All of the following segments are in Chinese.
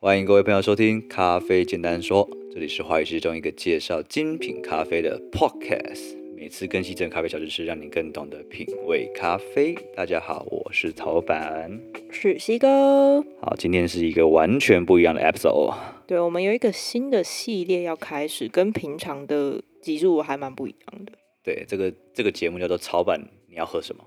欢迎各位朋友收听《咖啡简单说》，这里是华语之中一个介绍精品咖啡的 podcast，每次更新一整咖啡小知识，让你更懂得品味咖啡。大家好，我是陶板。是西哥。好，今天是一个完全不一样的 episode。对，我们有一个新的系列要开始，跟平常的集数还蛮不一样的。对，这个这个节目叫做“草板你要喝什么”，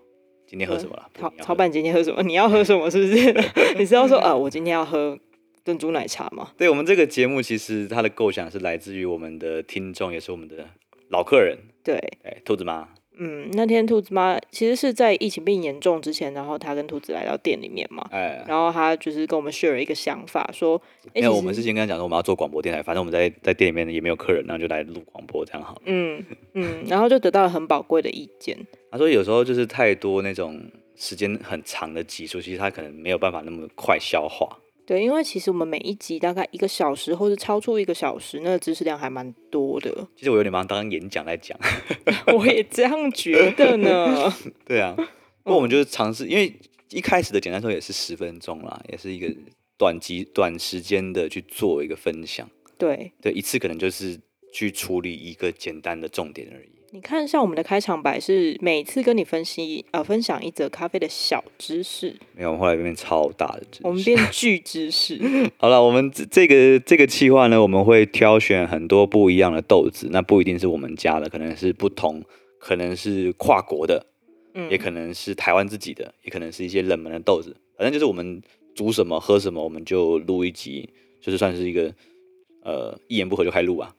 今天喝什么了？草你要喝草板今天喝什么？ 你要喝什么？是不 是？你是要说啊，我今天要喝珍珠奶茶吗？对我们这个节目，其实它的构想是来自于我们的听众，也是我们的老客人，对，哎，兔子妈。嗯，那天兔子妈其实是在疫情病严重之前，然后她跟兔子来到店里面嘛，哎，然后她就是跟我们 share 了一个想法，说，哎、因为其我们实之前跟他讲说我们要做广播电台，反正我们在在店里面也没有客人，然后就来录广播这样好了。嗯嗯，然后就得到了很宝贵的意见。他啊说有时候就是太多那种时间很长的集数，其实他可能没有办法那么快消化。对，因为其实我们每一集大概一个小时，或是超出一个小时，那个知识量还蛮多的。其实我有点把它当演讲来讲。 我也这样觉得 呢。对啊，不过我们就是尝试，因为一开始的简单说也是十分钟啦，也是一个短集短时间的去做一个分享。对，对，一次可能就是去处理一个简单的重点而已。你看，像我们的开场白是每次跟你分析呃分享一则咖啡的小知识，没有，我们后来变超大的知识。我们变巨知识。好了，我们这这个这个计划呢，我们会挑选很多不一样的豆子，那不一定是我们家的，可能是不同，可能是跨国的， 嗯也可能是台湾自己的，也可能是一些冷门的豆子。反正就是我们煮什么喝什么，我们就录一集，就是算是一个呃一言不合就开录啊，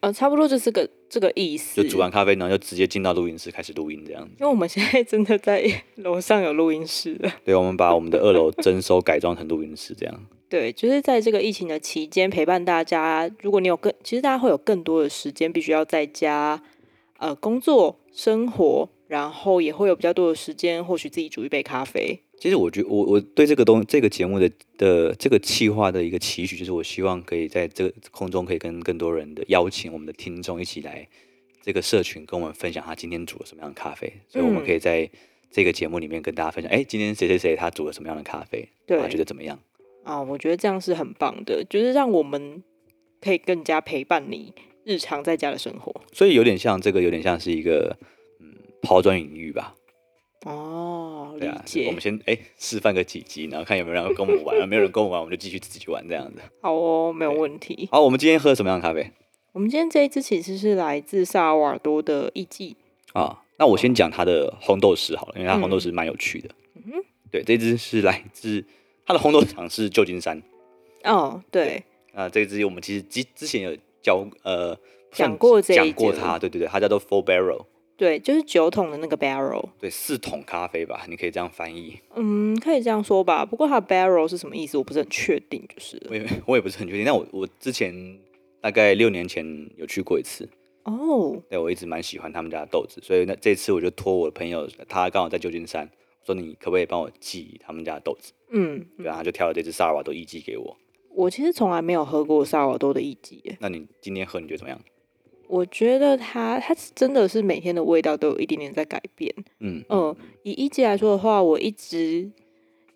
呃，差不多就是个这个意思。就煮完咖啡，然后就直接进到录音室开始录音这样子。因为我们现在真的在楼上有录音室 了。对，我们把我们的二楼征收改装成录音室这样。对，就是在这个疫情的期间陪伴大家。如果你有更，其实大家会有更多的时间，必须要在家呃工作、生活，然后也会有比较多的时间，或许自己煮一杯咖啡。其实我觉我我对这个东这个节目的的这个企划的一个期许，就是我希望可以在这个空中可以跟更多人的邀请我们的听众一起来这个社群，跟我们分享他今天煮了什么样的咖啡，所以我们嗯可以在这个节目里面跟大家分享，哎、今天谁谁谁他煮了什么样的咖啡，对他觉得怎么样？啊、我觉得这样是很棒的，就是让我们可以更加陪伴你日常在家的生活。所以有点像这个，有点像是一个嗯抛砖引玉吧，哦，对理啊，解，我们先哎、示范个几集，然后看有没有人跟我们玩，没有人跟我们玩，我们就继续自己去玩这样子。好哦，没有问题。好，我们今天喝什么样的咖啡？我们今天这一支其实是来自萨尔瓦多的艺妓，啊，那我先讲它的红豆石好了，因为它红豆嗯石蛮有趣的。对，这只是来自它的红豆厂是旧金山。哦，对，啊，这只我们其实之之前有教呃讲过这一讲过节它，对对对，它叫做 Four Barrel，对，就是酒桶的那个 barrel。对，四桶咖啡吧，你可以这样翻译。嗯，可以这样说吧。不过它的 barrel 是什么意思，我不是很确定，就是了我也我也不是很确定，但我我之前大概六年前有去过一次，哦，对我一直蛮喜欢他们家的豆子，所以那这次我就托我的朋友，他刚好在旧金山，我说你可不可以帮我寄他们家的豆子？嗯，对啊，他就挑了这只萨尔瓦多一寄给我。我其实从来没有喝过萨尔瓦多的一级耶，那你今天喝你觉得怎么样？我觉得它它是真的是每天的味道都有一点点在改变。嗯，嗯，以一级来说的话，我一直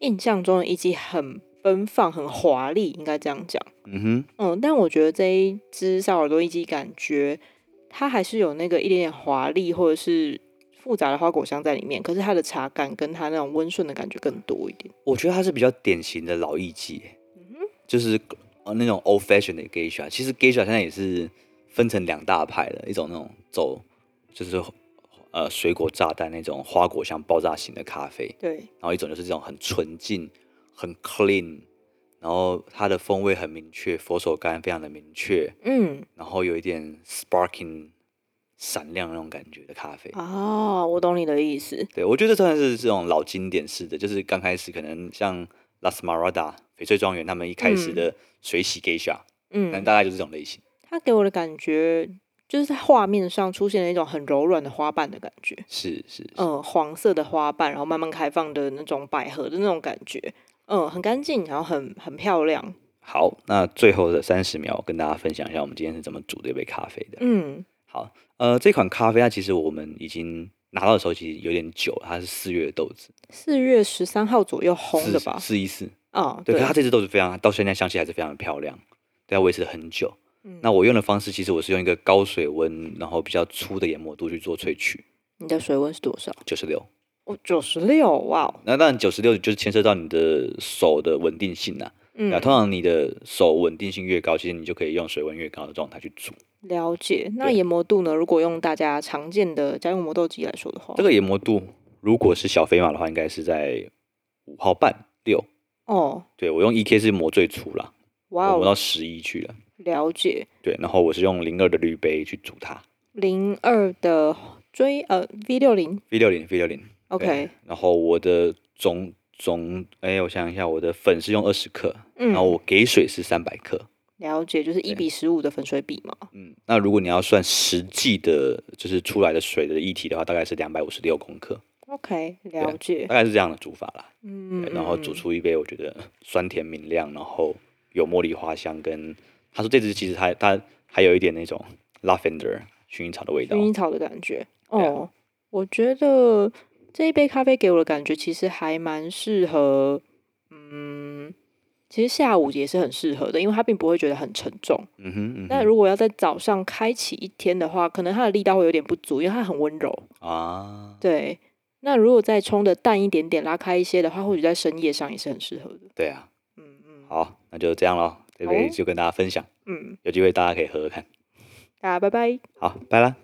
印象中的一级很奔放、很华丽，应该这样讲。嗯哼，嗯，但我觉得这一支萨尔多一级感觉它还是有那个一点点华丽或者是复杂的花果香在里面，可是它的茶感跟它那种温顺的感觉更多一点。我觉得它是比较典型的老艺妓，嗯就是呃那种 old fashion 的 geisha。其实 geisha 现在也是分成两大派的，一种那种走就是呃水果炸弹那种花果香爆炸型的咖啡，对，然后一种就是这种很纯净、很 clean，然后它的风味很明确，佛手柑非常的明确，嗯，然后有一点 sparking 闪亮那种感觉的咖啡。哦，我懂你的意思。对，我觉得算是这种老经典式的，就是刚开始可能像 Las Marada 翡翠庄园他们一开始嗯的水洗 geisha，可能嗯，大概就是这种类型。它给我的感觉就是在画面上出现了一种很柔软的花瓣的感觉，是是，是嗯，黄色的花瓣，然后慢慢开放的那种百合的那种感觉，嗯，很干净，然后很很漂亮，好，那最后的三十秒跟大家分享一下我们今天是怎么煮这杯咖啡的。嗯啊好，呃，这款咖啡它其实我们已经拿到的时候其实有点久了，它是四月的豆子，四月十三号左右红的四吧？四一四，啊，对，可是它这只豆子非常，到现在香气还是非常的漂亮，对，它维持了很久。嗯那我用的方式其实我是用一个高水温，然后比较粗的研磨度去做萃取，你的水温是多少？九十六。哦，九十六，哇哦，那当然九十六就是牵涉到你的手的稳定性啦、嗯那、，通常你的手稳定性越高，其实你就可以用水温越高的状态去煮。了解。那对研磨度呢？如果用大家常见的家用磨豆机来说的话，这个研磨度如果是小肥马的话，应该是在五号半六。哦，对我用 EK 是磨最粗啦，哇我磨到哦，十一去了。了解。对，然后我是用零二的滤杯去煮它零二的追呃 V 六零，V 六零 V 六零。对，OK，然后我的总总，哎、我想一下，我的粉是用二十克，然后嗯，我给水是三百克。了解，就是一比十五的粉水比嘛。嗯，那如果你要算实际的，就是出来的水的液体的话，大概是两百五十六公克， OK，了解。大概是这样的煮法啦。嗯对，然后煮嗯出一杯我觉得酸甜明亮，然后有茉莉花香跟他说这支其实它它还有一点那种 lavender 薰衣草的味道薰。衣草的感觉。哦、对啊我觉得这一杯咖啡给我的感觉其实还蛮适合，嗯，其实下午也是很适合的，因为它并不会觉得很沉重。嗯哼，嗯那、哼如果要在早上开启一天的话，可能它的力道会有点不足，因为它很温柔。啊，对，那如果再冲的淡一点点，拉开一些的话，或许在深夜上也是很适合的。对啊，嗯嗯好，那就这样咯，这好杯哦就跟大家分享，嗯，有机会大家可以喝喝看。大家拜拜。好，拜啦。